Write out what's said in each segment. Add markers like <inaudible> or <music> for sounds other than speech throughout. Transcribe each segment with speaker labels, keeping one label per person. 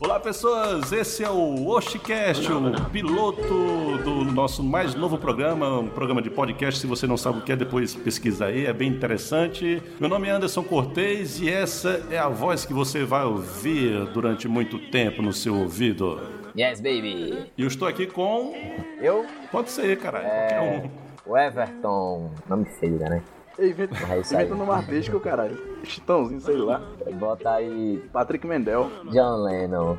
Speaker 1: Olá pessoas, esse é o Oshicast, o piloto do nosso mais novo programa, um programa de podcast. Se você não sabe o que é, depois pesquisa aí, é bem interessante. Meu nome é Anderson Cortez e essa é a voz que você vai ouvir durante muito tempo no seu ouvido.
Speaker 2: Yes, baby.
Speaker 1: E eu estou aqui com.
Speaker 2: Eu,
Speaker 1: Pode ser, caralho, qualquer um.
Speaker 2: o Everton. Nome feio, né?
Speaker 3: Ei, Inventa,
Speaker 2: Aí sai.
Speaker 3: inventa no Mardesco, caralho. Chitãozinho, sei lá.
Speaker 2: Bota aí
Speaker 3: Patrick Mendel.
Speaker 2: John Lennon.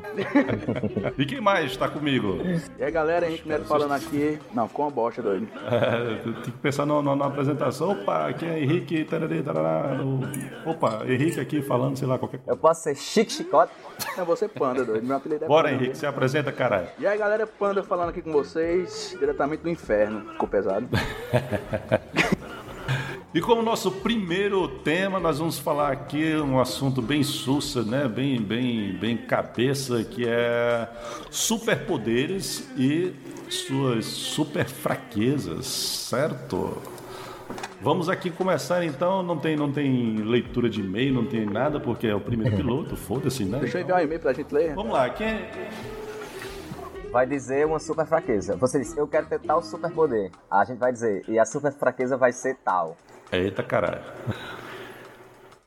Speaker 1: E quem mais está comigo?
Speaker 3: E aí, galera, Henrique Neto falando aqui. Não, ficou uma bosta, doido.
Speaker 1: Tem É, que pensar no- no- na apresentação. Opa, aqui é Henrique. tarari, tarará, o- Opa, Henrique aqui falando, sei lá, qualquer coisa.
Speaker 2: Eu posso ser Chique Chicote?
Speaker 3: É você, Panda, doido. Meu apelido é
Speaker 1: Bora,
Speaker 3: Panda.
Speaker 1: Henrique, se apresenta, caralho.
Speaker 3: E aí, galera, Panda falando aqui com vocês, diretamente do inferno. Ficou pesado.
Speaker 1: E como nosso primeiro tema, nós vamos falar aqui um assunto bem sussa, né? Bem, bem, bem cabeça, que é superpoderes e suas super fraquezas, certo? Vamos aqui começar então, não tem, não tem leitura de e-mail, não tem nada, porque é o primeiro
Speaker 3: <laughs>
Speaker 1: piloto, foda-se, né?
Speaker 3: Deixa
Speaker 1: Então,
Speaker 3: eu enviar um e-mail pra gente ler.
Speaker 1: vamos lá, quem é-
Speaker 2: Vai dizer uma super fraqueza. Você diz, eu quero ter tal super poder. A gente vai dizer, e a super fraqueza vai ser tal.
Speaker 1: Eita caralho.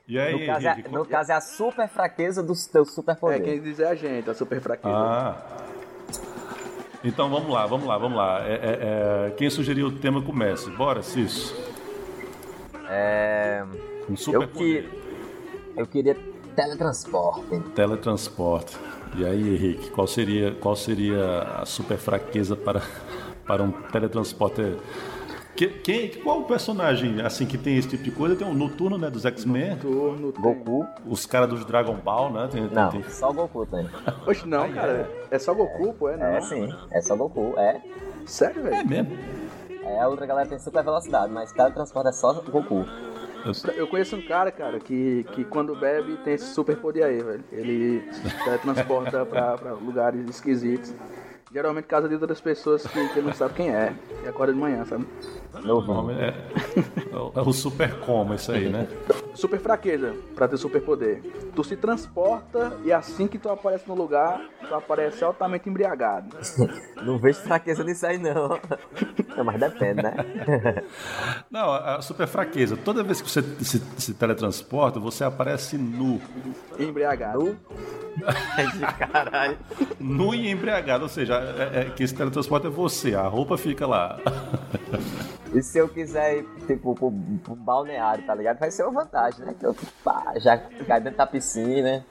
Speaker 1: E aí,
Speaker 2: No caso, é,
Speaker 1: Henrique,
Speaker 2: no caso, é a super fraqueza do teu super
Speaker 3: É,
Speaker 2: poder.
Speaker 3: quem diz é a gente, a super fraqueza.
Speaker 1: Ah. Então vamos lá, vamos lá, vamos lá. É, é, é, Quem sugeriu o tema comece. Bora, Cício.
Speaker 2: É...
Speaker 1: Um super
Speaker 2: Eu, que... eu queria teletransporte.
Speaker 1: teletransporte. E aí, Henrique, qual seria, qual seria a super fraqueza para, para um teletransporte? Que- quem, qual o personagem assim que tem esse tipo de coisa? Tem um noturno, né, dos X-Men,
Speaker 3: Turno tem-
Speaker 2: Goku?
Speaker 1: os caras dos Dragon Ball, né? Tem, tem-
Speaker 2: Não,
Speaker 1: tem-
Speaker 2: só Goku tem.
Speaker 3: Oxe, não, cara. É só Goku, pô, é não.
Speaker 2: É sim, é só Goku, é.
Speaker 3: Sério,
Speaker 1: É
Speaker 3: velho?
Speaker 1: mesmo.
Speaker 2: É, a outra galera tem super velocidade, mas teletransporte é só Goku.
Speaker 1: Eu-
Speaker 3: Eu conheço um cara, cara, que, que quando bebe tem esse super poder aí, velho. Ele se teletransporta <laughs> pra, pra lugares esquisitos. Geralmente casa de outras pessoas que, que não sabe quem é. E acorda de manhã, sabe?
Speaker 2: Novo.
Speaker 1: é, é o- é o super coma isso aí, né?
Speaker 3: Super fraqueza, pra ter super poder. Tu se transporta e assim que tu aparece no lugar, tu aparece altamente embriagado.
Speaker 2: <laughs> Não vejo fraqueza nisso aí, não. <laughs> não mas depende, né?
Speaker 1: Não, a a super fraqueza. Toda vez que você se, se teletransporta, você aparece nu.
Speaker 3: Embriagado.
Speaker 2: Nu? Caralho.
Speaker 1: Nu e embriagado, ou seja, é, é, que se teletransporta é você, a roupa fica lá. <laughs>
Speaker 2: E se eu quiser ir, tipo, pro, pro balneário, tá ligado? Vai ser uma vantagem, né? Que eu, pá, já cai dentro da piscina.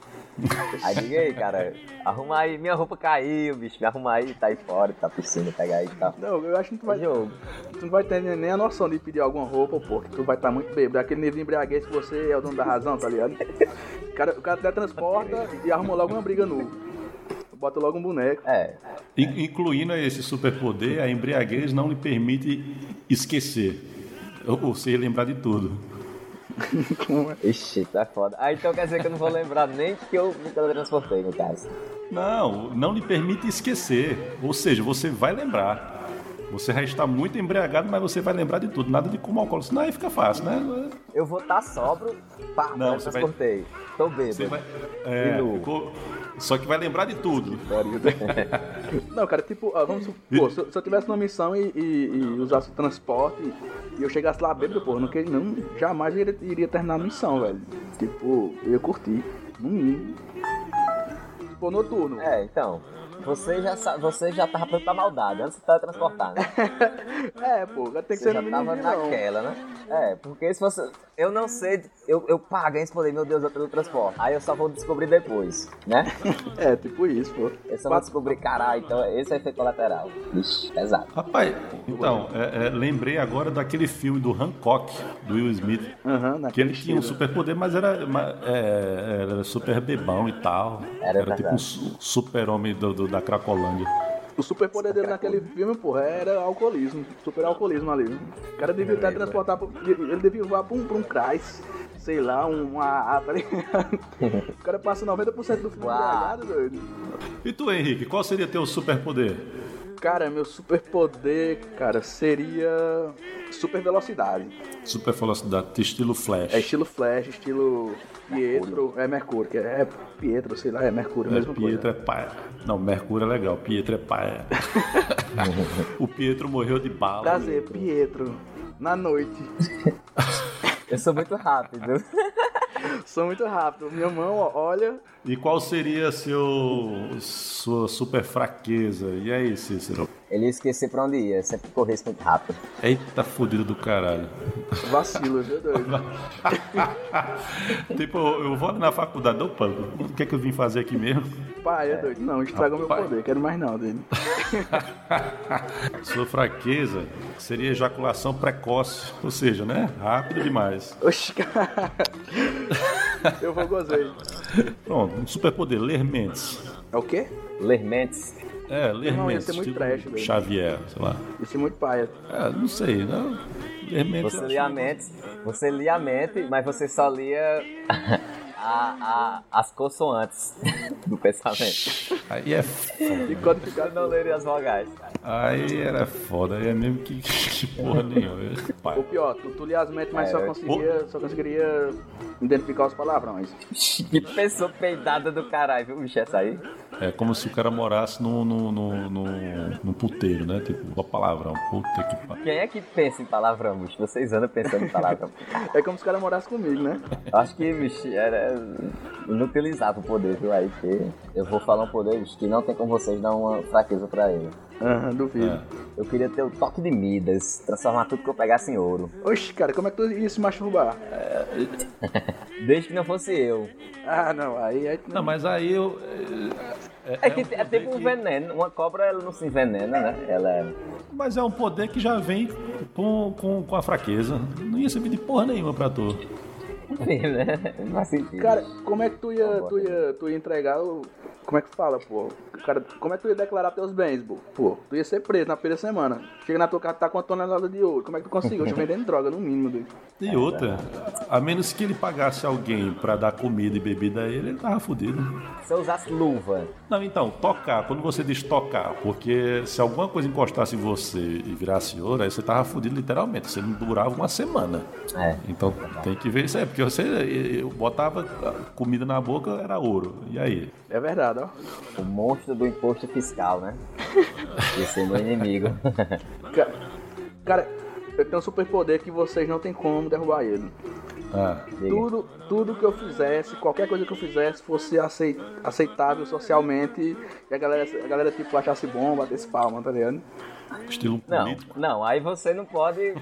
Speaker 2: Aí diga aí, cara, arruma aí, minha roupa caiu, bicho, me arruma aí, tá aí fora, tá piscina, pega aí e tá.
Speaker 3: Não, eu acho que tu vai, tu
Speaker 2: Jogo.
Speaker 3: não vai ter nem a noção de pedir alguma roupa, pô, que tu vai estar muito bêbado. Aquele nível de embriaguez que você é o dono da razão, tá ligado? O cara, o cara te transporta e arruma logo uma briga nu. Bota logo um boneco.
Speaker 2: É,
Speaker 1: In- Incluindo esse superpoder, a embriaguez não lhe permite esquecer. Ou ou seja, lembrar de tudo.
Speaker 2: ixi, tá foda. Ah, então quer dizer que eu não vou lembrar nem que eu me teletransportei, no caso.
Speaker 1: Não, não lhe permite esquecer. Ou seja, você vai lembrar. Você vai estar muito embriagado, mas você vai lembrar de tudo. Nada de como álcool. Senão aí fica fácil, né?
Speaker 2: Eu vou estar sóbrio, pá,
Speaker 1: Não,
Speaker 2: não,
Speaker 1: você vai-
Speaker 2: teletransportei. Tô bêbado.
Speaker 1: Você vai. É,
Speaker 2: De novo.
Speaker 1: ficou- Só que vai lembrar de tudo.
Speaker 3: Não, cara, tipo, ah, vamos supor, se, eu- se eu tivesse uma missão e, e, e usasse o transporte e eu chegasse lá bêbado, pô, eu não queria, não, jamais eu iria, iria terminar a missão, velho. Tipo, eu ia curtir. No mínimo. Tipo, noturno.
Speaker 2: É, então. Você já, sa- você já tava pronto pra maldade antes de teletransportar, né?
Speaker 3: É, pô, agora tem que
Speaker 2: Você
Speaker 3: ser
Speaker 2: já
Speaker 3: no
Speaker 2: tava
Speaker 3: mínimo, não.
Speaker 2: naquela, né? É, porque se você. Eu não sei. Eu, eu pago esse poder, meu Deus, eu tenho transporte. Aí eu só vou descobrir depois, né?
Speaker 3: É, tipo isso, pô.
Speaker 2: Eu só vou
Speaker 3: Quatro-
Speaker 2: descobrir, caralho, então esse é o efeito colateral. Ixi, pesado.
Speaker 1: Rapaz, então, é, é, lembrei agora daquele filme do Hancock, do Will Smith,
Speaker 3: Aham,
Speaker 1: que
Speaker 3: naquele
Speaker 1: ele tinha um
Speaker 3: estilo.
Speaker 1: superpoder, mas era, ma- é, era super bebão e tal.
Speaker 2: Era
Speaker 1: tipo um
Speaker 2: verdade.
Speaker 1: su- super-homem do- do- da Cracolândia.
Speaker 3: O superpoder dele naquele filme, porra, era alcoolismo. Super alcoolismo ali. O cara devia até transportar. pro- Ele devia voar pra um, pra um Crais, sei lá, um AA, tá ligado? O cara passa 90% do filme
Speaker 2: Uau.
Speaker 3: embriagado, doido.
Speaker 1: E tu, Henrique, qual seria teu superpoder?
Speaker 3: Cara, meu superpoder, cara, seria. Super velocidade.
Speaker 1: Super velocidade, estilo flash.
Speaker 3: É estilo Flash, estilo Pietro. É Mercúrio, que é, é Pietro, sei lá, é Mercúrio,
Speaker 1: É,
Speaker 3: mesma
Speaker 1: Pietro
Speaker 3: coisa.
Speaker 1: é paia. Não, Mercúrio é legal. Pietro é <laughs> paia. o Pietro morreu de bala.
Speaker 3: Prazer, Pietro. Na noite. <laughs>
Speaker 2: Eu sou muito rápido. <laughs>
Speaker 3: Sou muito rápido. Minha mão, ó, olha,
Speaker 1: E qual seria seu sua super fraqueza? E aí, Cícero?
Speaker 2: Ele ia esquecer pra onde ia, sempre corresse muito rápido.
Speaker 1: Eita, fudido do caralho. <laughs>
Speaker 3: vacilo, viu, doido?
Speaker 1: tipo, eu vou na faculdade, opa, o que é que eu vim fazer aqui mesmo?
Speaker 3: Pai, é doido. Não, estraga o meu
Speaker 1: Rapaz.
Speaker 3: poder, quero mais não dele.
Speaker 1: Sua fraqueza seria ejaculação precoce, <laughs> ou seja, né? Rápido demais.
Speaker 3: Oxi, cara. <laughs> Eu vou gozei.
Speaker 1: Pronto, um superpoder, ler mentes.
Speaker 3: É o quê?
Speaker 2: Lermentes.
Speaker 1: É, ler
Speaker 3: Não, ia
Speaker 1: mentes,
Speaker 3: ser muito
Speaker 1: tipo
Speaker 3: trash, velho.
Speaker 1: Xavier, sei lá.
Speaker 3: Isso é muito paia.
Speaker 1: É, não sei, não. Ler mentes
Speaker 2: Você
Speaker 1: eu
Speaker 2: lia a
Speaker 1: acho-
Speaker 2: mente, você lia a mente, mas você só lia <laughs> a- a- as consoantes <laughs> do pensamento.
Speaker 1: Aí é foda.
Speaker 3: E codificado
Speaker 2: Eu não
Speaker 3: não.
Speaker 2: leria as vogais.
Speaker 1: Aí era foda, aí é mesmo que, <laughs> que porra nenhuma.
Speaker 3: O
Speaker 1: Pai,
Speaker 3: pior, tu, tu lia as mentes, mas só
Speaker 2: É,
Speaker 3: conseguia, só conseguiria identificar os palavrões.
Speaker 2: Que pessoa peidada do caralho, viu, bicho, essa aí?
Speaker 1: É como se o cara morasse num no, no, no, no puteiro, né? Tipo, uma palavrão. Puta que pariu.
Speaker 2: Quem é que pensa em palavrão, bicho? Vocês andam pensando em palavrão.
Speaker 3: É como se os caras morassem comigo, né?
Speaker 2: Eu acho que, bicho, era inutilizar o poder, viu, aí? Que eu vou falar um poder, bicho, que não tem como vocês dar uma fraqueza pra ele.
Speaker 3: Aham, duvido.
Speaker 1: É.
Speaker 2: Eu queria ter o toque de Midas, transformar tudo que eu pegasse em ouro.
Speaker 3: Oxi, cara, como é que tu ia se masturbar?
Speaker 2: Desde que não fosse eu.
Speaker 3: Ah, não, aí, aí tu
Speaker 1: Não, mas aí eu.
Speaker 2: É, que é tipo um veneno. Uma cobra ela não se envenena, né? Ela é. <laughs>
Speaker 1: Mas é um poder que já vem com, com, com a fraqueza. Não ia servir de porra nenhuma pra tu.
Speaker 2: Enfim, né? Não faz sentido.
Speaker 3: Cara, como é que tu ia, tu ia, tu ia entregar o. Como é que fala, pô? Cara, como é que tu ia declarar teus bens, pô? Pô, tu ia ser preso na primeira semana. Chega na tua casa, tá com uma tonelada de ouro. Como é que tu conseguiu? Eu tô vendendo <laughs> droga, no mínimo, doido.
Speaker 1: E outra, a menos que ele pagasse alguém pra dar comida e bebida a ele, ele tava fudido.
Speaker 2: se eu usasse luva,
Speaker 1: Não, então, tocar. Quando você diz tocar, porque se alguma coisa encostasse em você e virasse ouro, aí você tava fudido literalmente. Você não durava uma semana.
Speaker 2: É.
Speaker 1: Então tem que ver isso aí, porque você eu botava comida na boca, era ouro. E aí?
Speaker 3: É verdade, ó.
Speaker 2: o monstro Um do imposto fiscal,
Speaker 3: <laughs>
Speaker 2: né? Ia ser meu inimigo.
Speaker 3: Cara, cara, eu tenho um superpoder que vocês não tem como derrubar ele.
Speaker 1: Ah,
Speaker 2: Diga.
Speaker 3: Tudo, tudo que eu fizesse, qualquer coisa que eu fizesse, fosse acei- aceitável socialmente e a galera, a galera tipo, achasse bom, batesse palma, tá ligado?
Speaker 1: estilo
Speaker 2: Não,
Speaker 1: político.
Speaker 2: não, aí você não pode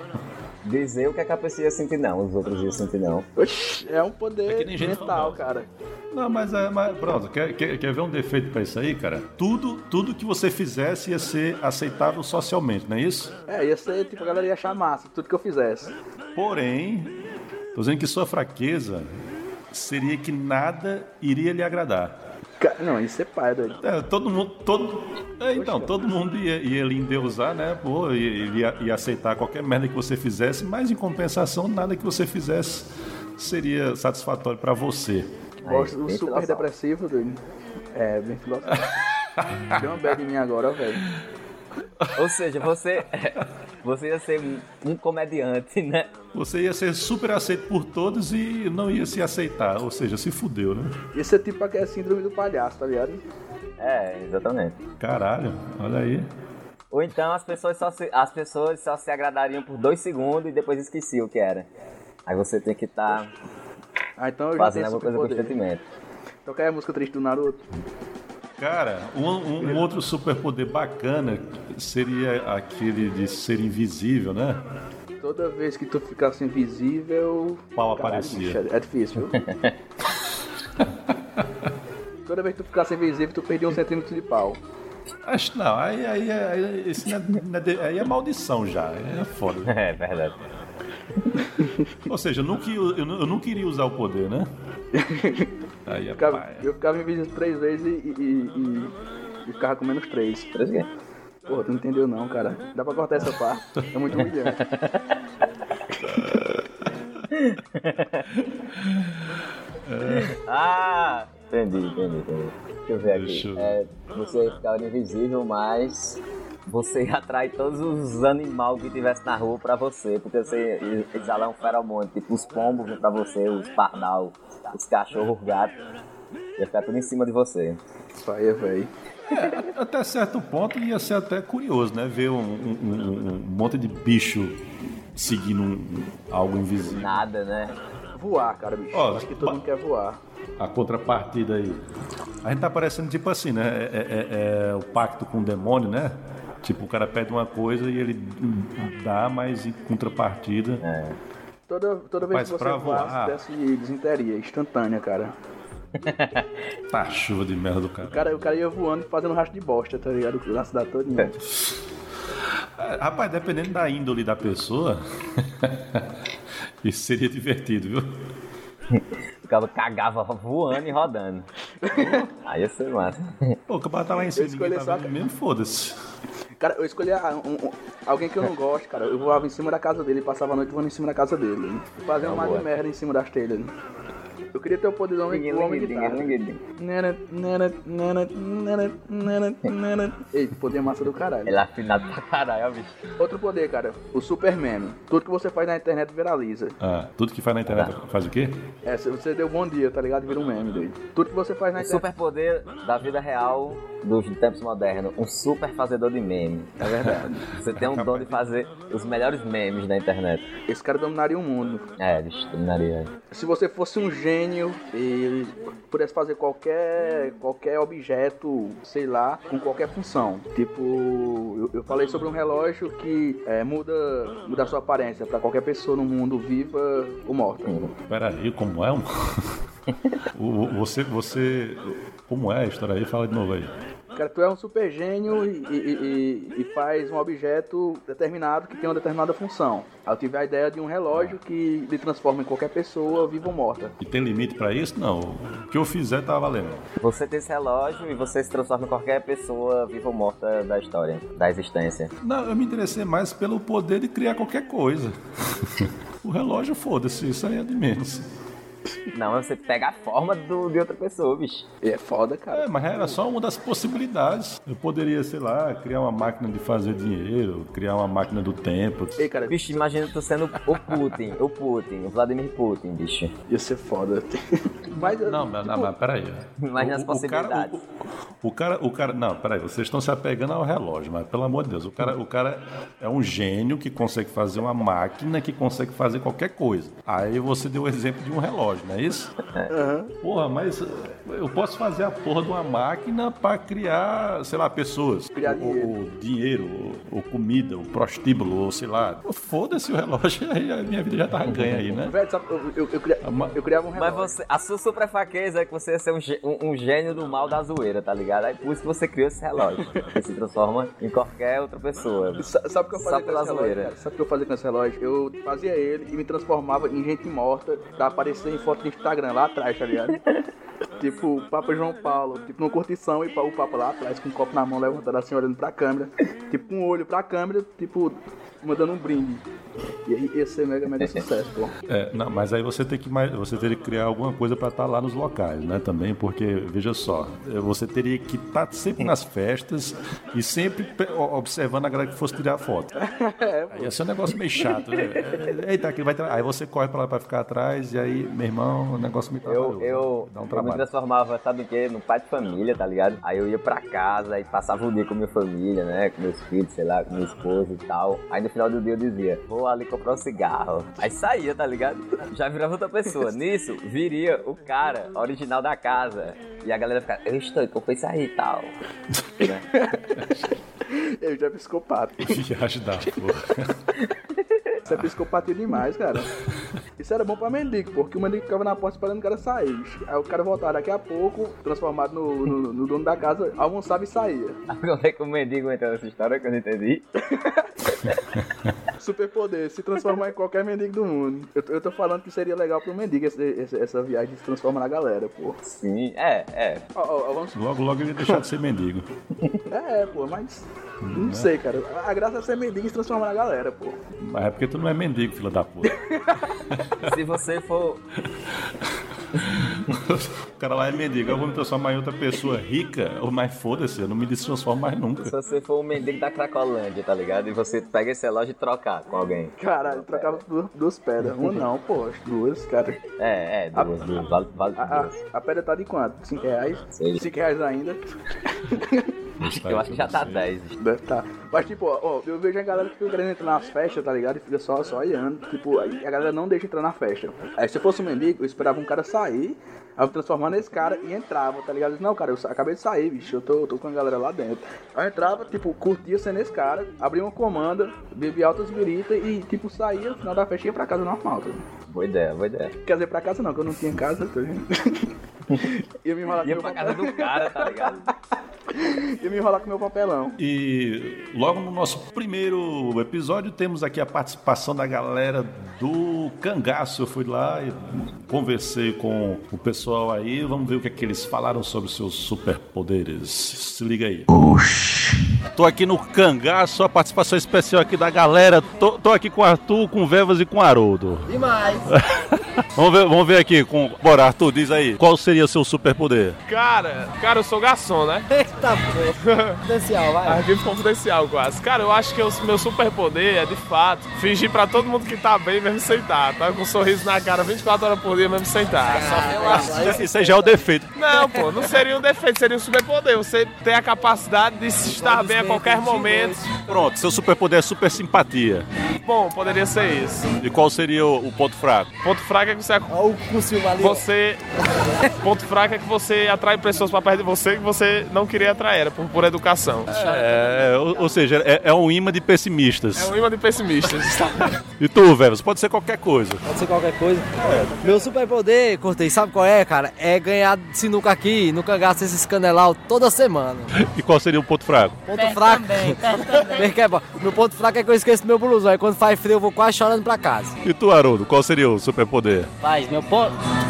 Speaker 2: dizer o que, é que a pessoa ia sentir, não. Os outros iam sentir, não.
Speaker 3: Oxi, é um
Speaker 1: É
Speaker 3: poder
Speaker 1: que nem gente
Speaker 3: mental,
Speaker 1: famosa.
Speaker 3: cara.
Speaker 1: Não, mas é. Mas, pronto, quer, quer, quer ver um defeito pra isso aí, cara? Tudo, tudo que você fizesse ia ser aceitável socialmente, não é isso?
Speaker 3: É, ia ser, tipo, a galera ia achar massa, tudo que eu fizesse.
Speaker 1: Porém, tô dizendo que sua fraqueza seria que nada iria lhe agradar.
Speaker 3: Ca- Não, isso é pai, doido.
Speaker 1: É, todo mundo. Todo... É, então, todo mundo ia, ia lhe endeusar, né? Pô, ia, ia- ia aceitar qualquer merda que você fizesse, mas em compensação, nada que você fizesse seria satisfatório pra você.
Speaker 3: Gosto do
Speaker 2: bem
Speaker 3: um super
Speaker 2: filosófico.
Speaker 3: depressivo, doido. É, bem
Speaker 2: <laughs>
Speaker 3: filosófico. Deu uma bad em mim agora, ó, velho.
Speaker 2: Ou seja, você. <laughs> Você ia ser um- um comediante, né?
Speaker 1: Você ia ser super aceito por todos e não ia se aceitar, ou seja, se fudeu, né?
Speaker 3: Isso é tipo aquela síndrome do palhaço, tá ligado?
Speaker 2: É, exatamente.
Speaker 1: Caralho, olha aí.
Speaker 2: Ou então as pessoas só se, as pessoas só se agradariam por dois segundos e depois esqueciam o que era. Aí você tem que estar
Speaker 3: Ah, então eu já
Speaker 2: fazendo
Speaker 3: tenho
Speaker 2: alguma coisa
Speaker 3: superpoder.
Speaker 2: constantemente.
Speaker 3: Então qual é a música triste do Naruto?
Speaker 1: Cara, um, um- um outro superpoder bacana seria aquele de ser invisível, né?
Speaker 3: Toda vez que tu ficasse invisível...
Speaker 1: Pau
Speaker 3: Caralho,
Speaker 1: aparecia.
Speaker 3: bicho, é- É
Speaker 1: <laughs>
Speaker 3: difícil, viu? Toda vez que tu ficasse invisível, tu perdia um centímetro de pau.
Speaker 1: Acho não, aí, aí, aí, esse não é- não é de- aí é maldição já, é foda.
Speaker 2: <laughs> É verdade.
Speaker 1: Ou seja, eu nunca, eu, eu nu- eu nunca iria usar o poder, né? Aí é
Speaker 3: Ficava-
Speaker 1: paia.
Speaker 3: eu ficava invisível três vezes e, e- e- e ficava com menos 3.
Speaker 2: Três quê?
Speaker 3: Porra, tu não entendeu não, cara. Dá pra cortar essa parte. É muito humilhante.
Speaker 2: Ah! Entendi, entendi, entendi. Deixa eu ver aqui.
Speaker 1: Deixa eu ver.
Speaker 2: É, você ficava invisível, mas você atrai todos os animais que tivesse na rua pra você, porque você ia exalar um feromônio, tipo os pombos vêm pra você, os pardal, os cachorros, os gatos. Ia ficar tudo em cima de você.
Speaker 3: Isso aí, velho.
Speaker 1: Até certo ponto ia ser até curioso, né? Ver um, um- um- um monte de bicho seguindo um- algo invisível.
Speaker 2: Nada, né?
Speaker 3: Voar, cara, bicho.
Speaker 1: Ó,
Speaker 3: Acho que todo
Speaker 1: pa-
Speaker 3: mundo quer voar.
Speaker 1: A contrapartida aí. A gente tá parecendo tipo assim, né? É, é- é o pacto com o demônio, né? Tipo, o cara pede uma coisa e ele dá, mas em contrapartida.
Speaker 3: Toda, toda vez
Speaker 1: Mas
Speaker 3: que você
Speaker 1: pra voar-
Speaker 3: voar, você desce desinteria, instantânea, cara.
Speaker 1: Tá chuva de merda do
Speaker 3: O
Speaker 1: cara.
Speaker 3: cara, o cara ia voando e fazendo racha de bosta, tá ligado? Na cidade né? todinha.
Speaker 1: É, Rapaz, dependendo da índole da pessoa, <laughs> isso seria divertido, viu?
Speaker 2: Ficava, cagava voando e
Speaker 1: <laughs>
Speaker 2: rodando. Aí ia ser massa.
Speaker 1: Pô, o cabra tá lá em cima,
Speaker 3: Eu
Speaker 1: ninguém tá
Speaker 3: escolhi só-
Speaker 1: vendo mesmo, foda-se.
Speaker 3: Cara, eu escolhi a- um- um- alguém que eu não gosto, cara. Eu voava em cima da casa dele, passava a noite voando em cima da casa dele. Fazendo mais de merda em cima das telhas. Eu queria ter o poder do homem, tá. o homem guitarra. Nana, nana, nana, nana, nana, nana. Ei, poder massa do caralho.
Speaker 2: Ele é afinado pra caralho, ó, bicho.
Speaker 3: Outro poder, cara, o Superman. Tudo que você faz na internet viraliza.
Speaker 1: Ah, tudo que faz na internet faz o quê?
Speaker 3: É, se você deu bom dia, tá ligado? Vira um meme, doido. Tudo que você faz na
Speaker 2: Um
Speaker 3: internet.
Speaker 2: superpoder da vida real dos tempos modernos. Um super fazedor de meme. É verdade. Você tem um dom de fazer os melhores memes da internet.
Speaker 3: Esse cara dominaria o mundo.
Speaker 2: É, bicho, terminaria.
Speaker 3: Se você fosse um gênio e pudesse fazer qualquer qualquer objeto, sei lá, com qualquer função. Tipo, eu, eu falei sobre um relógio que é, muda, muda a sua aparência pra qualquer pessoa no mundo, viva ou morta.
Speaker 1: Peraí, como é? um- O- o- você, você. Como é a história aí? Fala de novo aí.
Speaker 3: Cara, tu é um super gênio e, e- e- e- e faz um objeto determinado que tem uma determinada função. Aí eu tive a ideia de um relógio que lhe transforma em qualquer pessoa, viva ou morta.
Speaker 1: E tem limite pra isso? Não. O que eu fizer tá valendo.
Speaker 2: Você tem esse relógio e você se transforma em qualquer pessoa viva ou morta da história, da existência.
Speaker 1: Não, eu me interessei mais pelo poder de criar qualquer <laughs> coisa. o relógio, foda-se, isso aí é de menos.
Speaker 2: Não, mas você pega a forma do, de outra pessoa, bicho.
Speaker 3: E é foda,
Speaker 1: É,
Speaker 3: cara.
Speaker 1: mas era só uma das possibilidades. Eu poderia, sei lá, criar uma máquina de fazer dinheiro, criar uma máquina do tempo.
Speaker 3: Ei, cara,
Speaker 2: Bicho, imagina tu sendo o Putin, o Putin, o Vladimir Putin, bicho.
Speaker 3: ia ser foda. Tipo, Mas,
Speaker 1: Não, mas, não, mas peraí.
Speaker 2: Imagina
Speaker 1: O- o-
Speaker 2: as
Speaker 1: o cara-
Speaker 2: possibilidades.
Speaker 1: o, o cara, o cara, não, peraí, vocês estão se apegando ao relógio, mas pelo amor de Deus, o cara, o cara é um gênio que consegue fazer uma máquina que consegue fazer qualquer coisa. Aí você deu o exemplo de um relógio, não é isso? Porra, mas eh, eu posso fazer a porra de uma máquina pra criar, sei lá, pessoas.
Speaker 3: Criar
Speaker 1: ou,
Speaker 3: dinheiro.
Speaker 1: ou dinheiro, ou, ou comida, ou prostíbulo, ou sei lá. Foda-se o relógio, <laughs> aí a minha vida já tava ganha aí, né?
Speaker 3: Velho, sabe, eu, eu, eu, cria-
Speaker 1: Ama-
Speaker 3: eu criava um
Speaker 2: Mas
Speaker 3: relógio.
Speaker 2: você, a sua super fraqueza é que você ia ser um, gê- um- um gênio do mal da zoeira, tá ligado? Aí por isso que você criou esse relógio. Você se transforma em qualquer outra pessoa.
Speaker 3: Sa- Sabe o que eu
Speaker 2: Só
Speaker 3: fazia com
Speaker 2: pela
Speaker 3: esse relógio?
Speaker 2: zoeira.
Speaker 3: cara? Sabe o que eu fazia com esse relógio? Eu fazia ele e me transformava em gente morta pra aparecer em foto do Instagram lá atrás, tá ligado? tipo, o Papa João Paulo, tipo, numa curtição e pa- o Papa lá atrás com um copo na mão levantado assim, olhando pra câmera. Tipo, com um olho pra câmera, tipo, mandando um brinde. E aí ia ser mega, mega sucesso, pô.
Speaker 1: É, não, mas aí você tem que mais- você teria que criar alguma coisa pra estar lá nos locais, né? Também, porque veja só, eh, você teria que estar sempre nas festas e sempre pe- o- observando a galera que fosse tirar
Speaker 2: <laughs>
Speaker 1: foto.
Speaker 2: É,
Speaker 1: Aí ia ser um negócio meio chato, né? É, Eita, aqui vai tra- aí você corre pra lá pra ficar atrás e aí, meu irmão, o negócio me
Speaker 2: Eu, eu,
Speaker 1: é dá um
Speaker 2: eu me
Speaker 1: <laughs> trabalho.
Speaker 2: transformava, sabe o quê? No pai de família, tá ligado? Aí eu ia pra casa e passava o dia com minha família, né? Com meus filhos, sei lá, com minha esposa e tal. Aí no final do dia eu dizia, vou ali comprar um cigarro. Aí saía, tá ligado? Já virava outra pessoa. Nisso, viria o cara original da casa. E a galera ficava, eu estou, comprei isso aí e tal.
Speaker 3: Eu já é psicopata.
Speaker 1: Viagem da porra.
Speaker 3: Isso é psicopatia demais, cara. Isso era bom pra mendigo, porque o mendigo ficava na porta esperando o cara sair. Aí o cara voltava daqui a pouco, transformado no, no- no dono da casa, almoçava e saía.
Speaker 2: Como é que o mendigo entrou nessa história que eu não entendi?
Speaker 3: Superpoder, se transformar em qualquer mendigo do mundo. Eu, tô- eu tô falando que seria legal pro mendigo esse- esse- essa viagem de se transformar na galera, pô.
Speaker 2: Sim, é, é.
Speaker 3: Ó, ó, ó, vamos...
Speaker 1: Logo, logo ele ia deixar de ser mendigo.
Speaker 3: É, é, pô, mas. Não sei, cara. A graça é ser mendigo e se transformar na galera, pô.
Speaker 1: Mas é porque tu não é mendigo, filha da puta. <laughs>
Speaker 2: Se você for.
Speaker 1: O cara lá é mendigo. Eu vou me transformar em outra pessoa rica, ou mais foda-se, eu não me transformo mais
Speaker 2: Se
Speaker 1: nunca.
Speaker 2: você for o mendigo da Cracolândia, tá ligado? E você pega esse relógio e trocar com alguém.
Speaker 3: Caralho, trocava duas, duas pedras. Uma não, pô, as duas, cara.
Speaker 2: É, é, duas. Vale, vale
Speaker 3: A, a,
Speaker 2: duas.
Speaker 3: a pedra tá de quanto? 5 reais?
Speaker 2: Sei.
Speaker 3: 5 reais ainda.
Speaker 2: <laughs> Eu acho que já tá 10.
Speaker 3: Deve tá. Mas tipo, ó, ó, eu vejo a galera que fica querendo entrar nas festas, tá ligado? E fica só, só olhando. Tipo, aí a galera não deixa entrar na festa. Aí se eu fosse um mendigo, eu esperava um cara sair, aí eu transformava nesse cara e entrava, tá ligado? Eu disse, Não, cara, eu sa- acabei de sair, bicho, eu tô, tô com a galera lá dentro. Aí eu entrava, tipo, curtia sendo esse cara, abria uma comanda, bebia altas biritas e, tipo, saía no final da festa e ia pra casa normal, tá ligado?
Speaker 2: Boa ideia, boa ideia.
Speaker 3: Quer dizer, pra casa não, que eu não tinha casa, tá ligado? <laughs> Ia me enrolar com
Speaker 2: Ia
Speaker 3: meu
Speaker 2: pra casa
Speaker 3: papelão.
Speaker 2: do cara, tá ligado?
Speaker 3: <laughs> Ia me enrolar com meu papelão.
Speaker 1: E logo no nosso primeiro episódio temos aqui a participação da galera do Cangaço. Eu fui lá e conversei com o pessoal aí. Vamos ver o que, é que eles falaram sobre seus superpoderes. Se liga aí. Tô aqui no Cangaço, a participação especial aqui da galera. Tô, tô aqui com o Arthur, com o Vevas e com o Haroldo. Demais! <laughs> vamos, ver, vamos ver aqui. Com... Bora, Arthur, diz aí. Qual seria seu superpoder?
Speaker 4: Cara, cara, eu sou garçom, né?
Speaker 5: <laughs> Eita, pô. Potencial, vai.
Speaker 4: Arquivo confidencial quase. Cara, eu acho que o meu superpoder é, de fato, fingir pra todo mundo que tá bem mesmo sentar. Tá com um sorriso na cara 24 horas por dia mesmo sentar.
Speaker 1: Isso aí já é o defeito.
Speaker 5: <laughs>
Speaker 4: Não, pô, não seria um defeito, seria um superpoder. Você tem a capacidade de se estar bem a qualquer momento.
Speaker 1: Pronto, seu superpoder é super simpatia.
Speaker 4: Bom, poderia ser isso.
Speaker 1: E qual seria o, o ponto fraco?
Speaker 4: Ponto fraco é que você é
Speaker 5: Olha o cursinho ali. ó.
Speaker 4: Você. Ponto fraco é que você atrai pessoas pra perto de você que você não queria atrair, era por, por educação.
Speaker 1: É, ou, ou seja, é, é um imã de
Speaker 4: É
Speaker 1: pessimistas.
Speaker 4: um imã de pessimistas.
Speaker 1: E tu, Vevas, pode ser qualquer coisa.
Speaker 5: Pode ser qualquer coisa. Meu superpoder, cortei, sabe qual é, cara? É ganhar sinuca aqui, nunca gasta esses canelau toda semana.
Speaker 1: E qual seria o ponto fraco?
Speaker 5: Ponto fraco. Bem que é bom. <laughs> Meu ponto fraco é que eu esqueço meu blusão. Aí quando faz frio eu vou quase chorando pra casa.
Speaker 1: E tu, Haroldo, qual seria o superpoder?
Speaker 6: Rapaz, meu, po...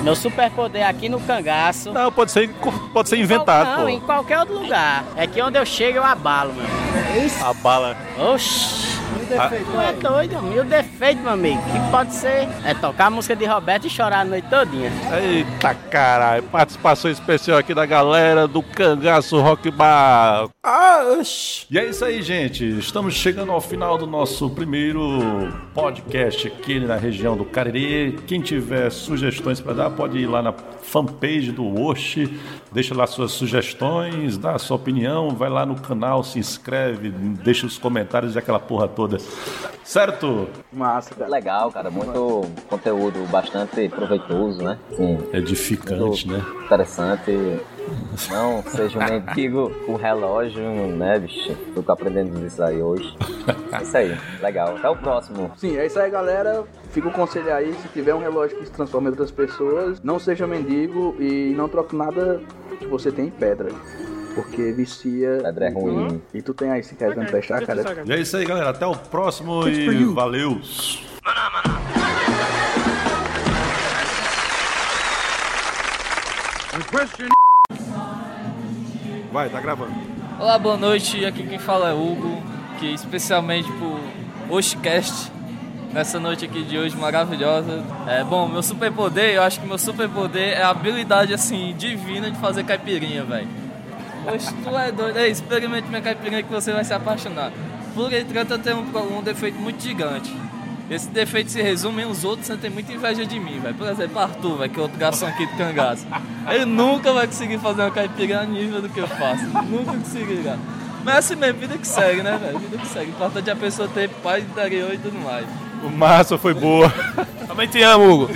Speaker 6: meu superpoder aqui no cangaço.
Speaker 1: Não, pode ser, pode ser
Speaker 6: Não,
Speaker 1: inventado,
Speaker 6: em
Speaker 1: pô.
Speaker 6: qualquer outro lugar. É que onde eu chego eu abalo, mano.
Speaker 1: A bala.
Speaker 6: Oxi. Tu é doido, meu defeito, meu amigo. Que pode ser? É tocar a música de Roberto e chorar a noite todinha.
Speaker 1: Eita caralho, participação especial aqui da galera do Cangaço Rock Bar.
Speaker 5: Oxi.
Speaker 1: E é isso aí, gente. Estamos chegando ao final do nosso primeiro podcast aqui na região do Cariri. Quem tiver sugestões para dar, pode ir lá na fanpage do Oxi, deixa lá suas sugestões, dá a sua opinião, vai lá no canal, se inscreve, deixa os comentários e aquela porra toda. Certo?
Speaker 3: Massa, tá
Speaker 2: <laughs>
Speaker 3: cara.
Speaker 2: Legal, cara. Muito conteúdo bastante proveitoso, né? Sim.
Speaker 1: Edificante, né?
Speaker 2: Interessante. Não seja um mendigo com relógio, né, bicho? Tô aprendendo isso aí hoje. É Isso aí. Legal. Até o próximo.
Speaker 3: Sim, é isso aí, galera. Fica o conselho aí. Se tiver um relógio que se transforma em outras pessoas, não seja mendigo e não troque nada que você tem em pedra. Porque vicia. Uhum.
Speaker 2: Pedra é ruim.
Speaker 3: E tu tem aí, se quer testar, cara.
Speaker 1: E é isso aí, galera. Até o próximo e valeu! Vai, tá gravando.
Speaker 7: Olá, boa noite. Aqui quem fala é Hugo, que especialmente pro Oshcast, nessa noite aqui de hoje maravilhosa. É, bom, meu superpoder, eu acho que meu superpoder é a habilidade, assim, divina de fazer caipirinha, velho. Oxe, tu é doido. Ei, experimente minha caipirinha que você vai se apaixonar. Por enquanto eu tenho um, pro- um defeito muito gigante. Esse defeito se resume em os outros sentem muita inveja de mim, velho. Por exemplo, Arthur, velho, que é outro garçom aqui do cangaço. Ele nunca vai conseguir fazer uma caipirinha a nível do que eu faço. Nunca conseguirá. Mas é assim mesmo, vida que segue, né, velho? Vida que segue. O importante é a pessoa ter paz interior e tudo mais.
Speaker 1: O massa foi boa.
Speaker 4: Também te amo, Hugo.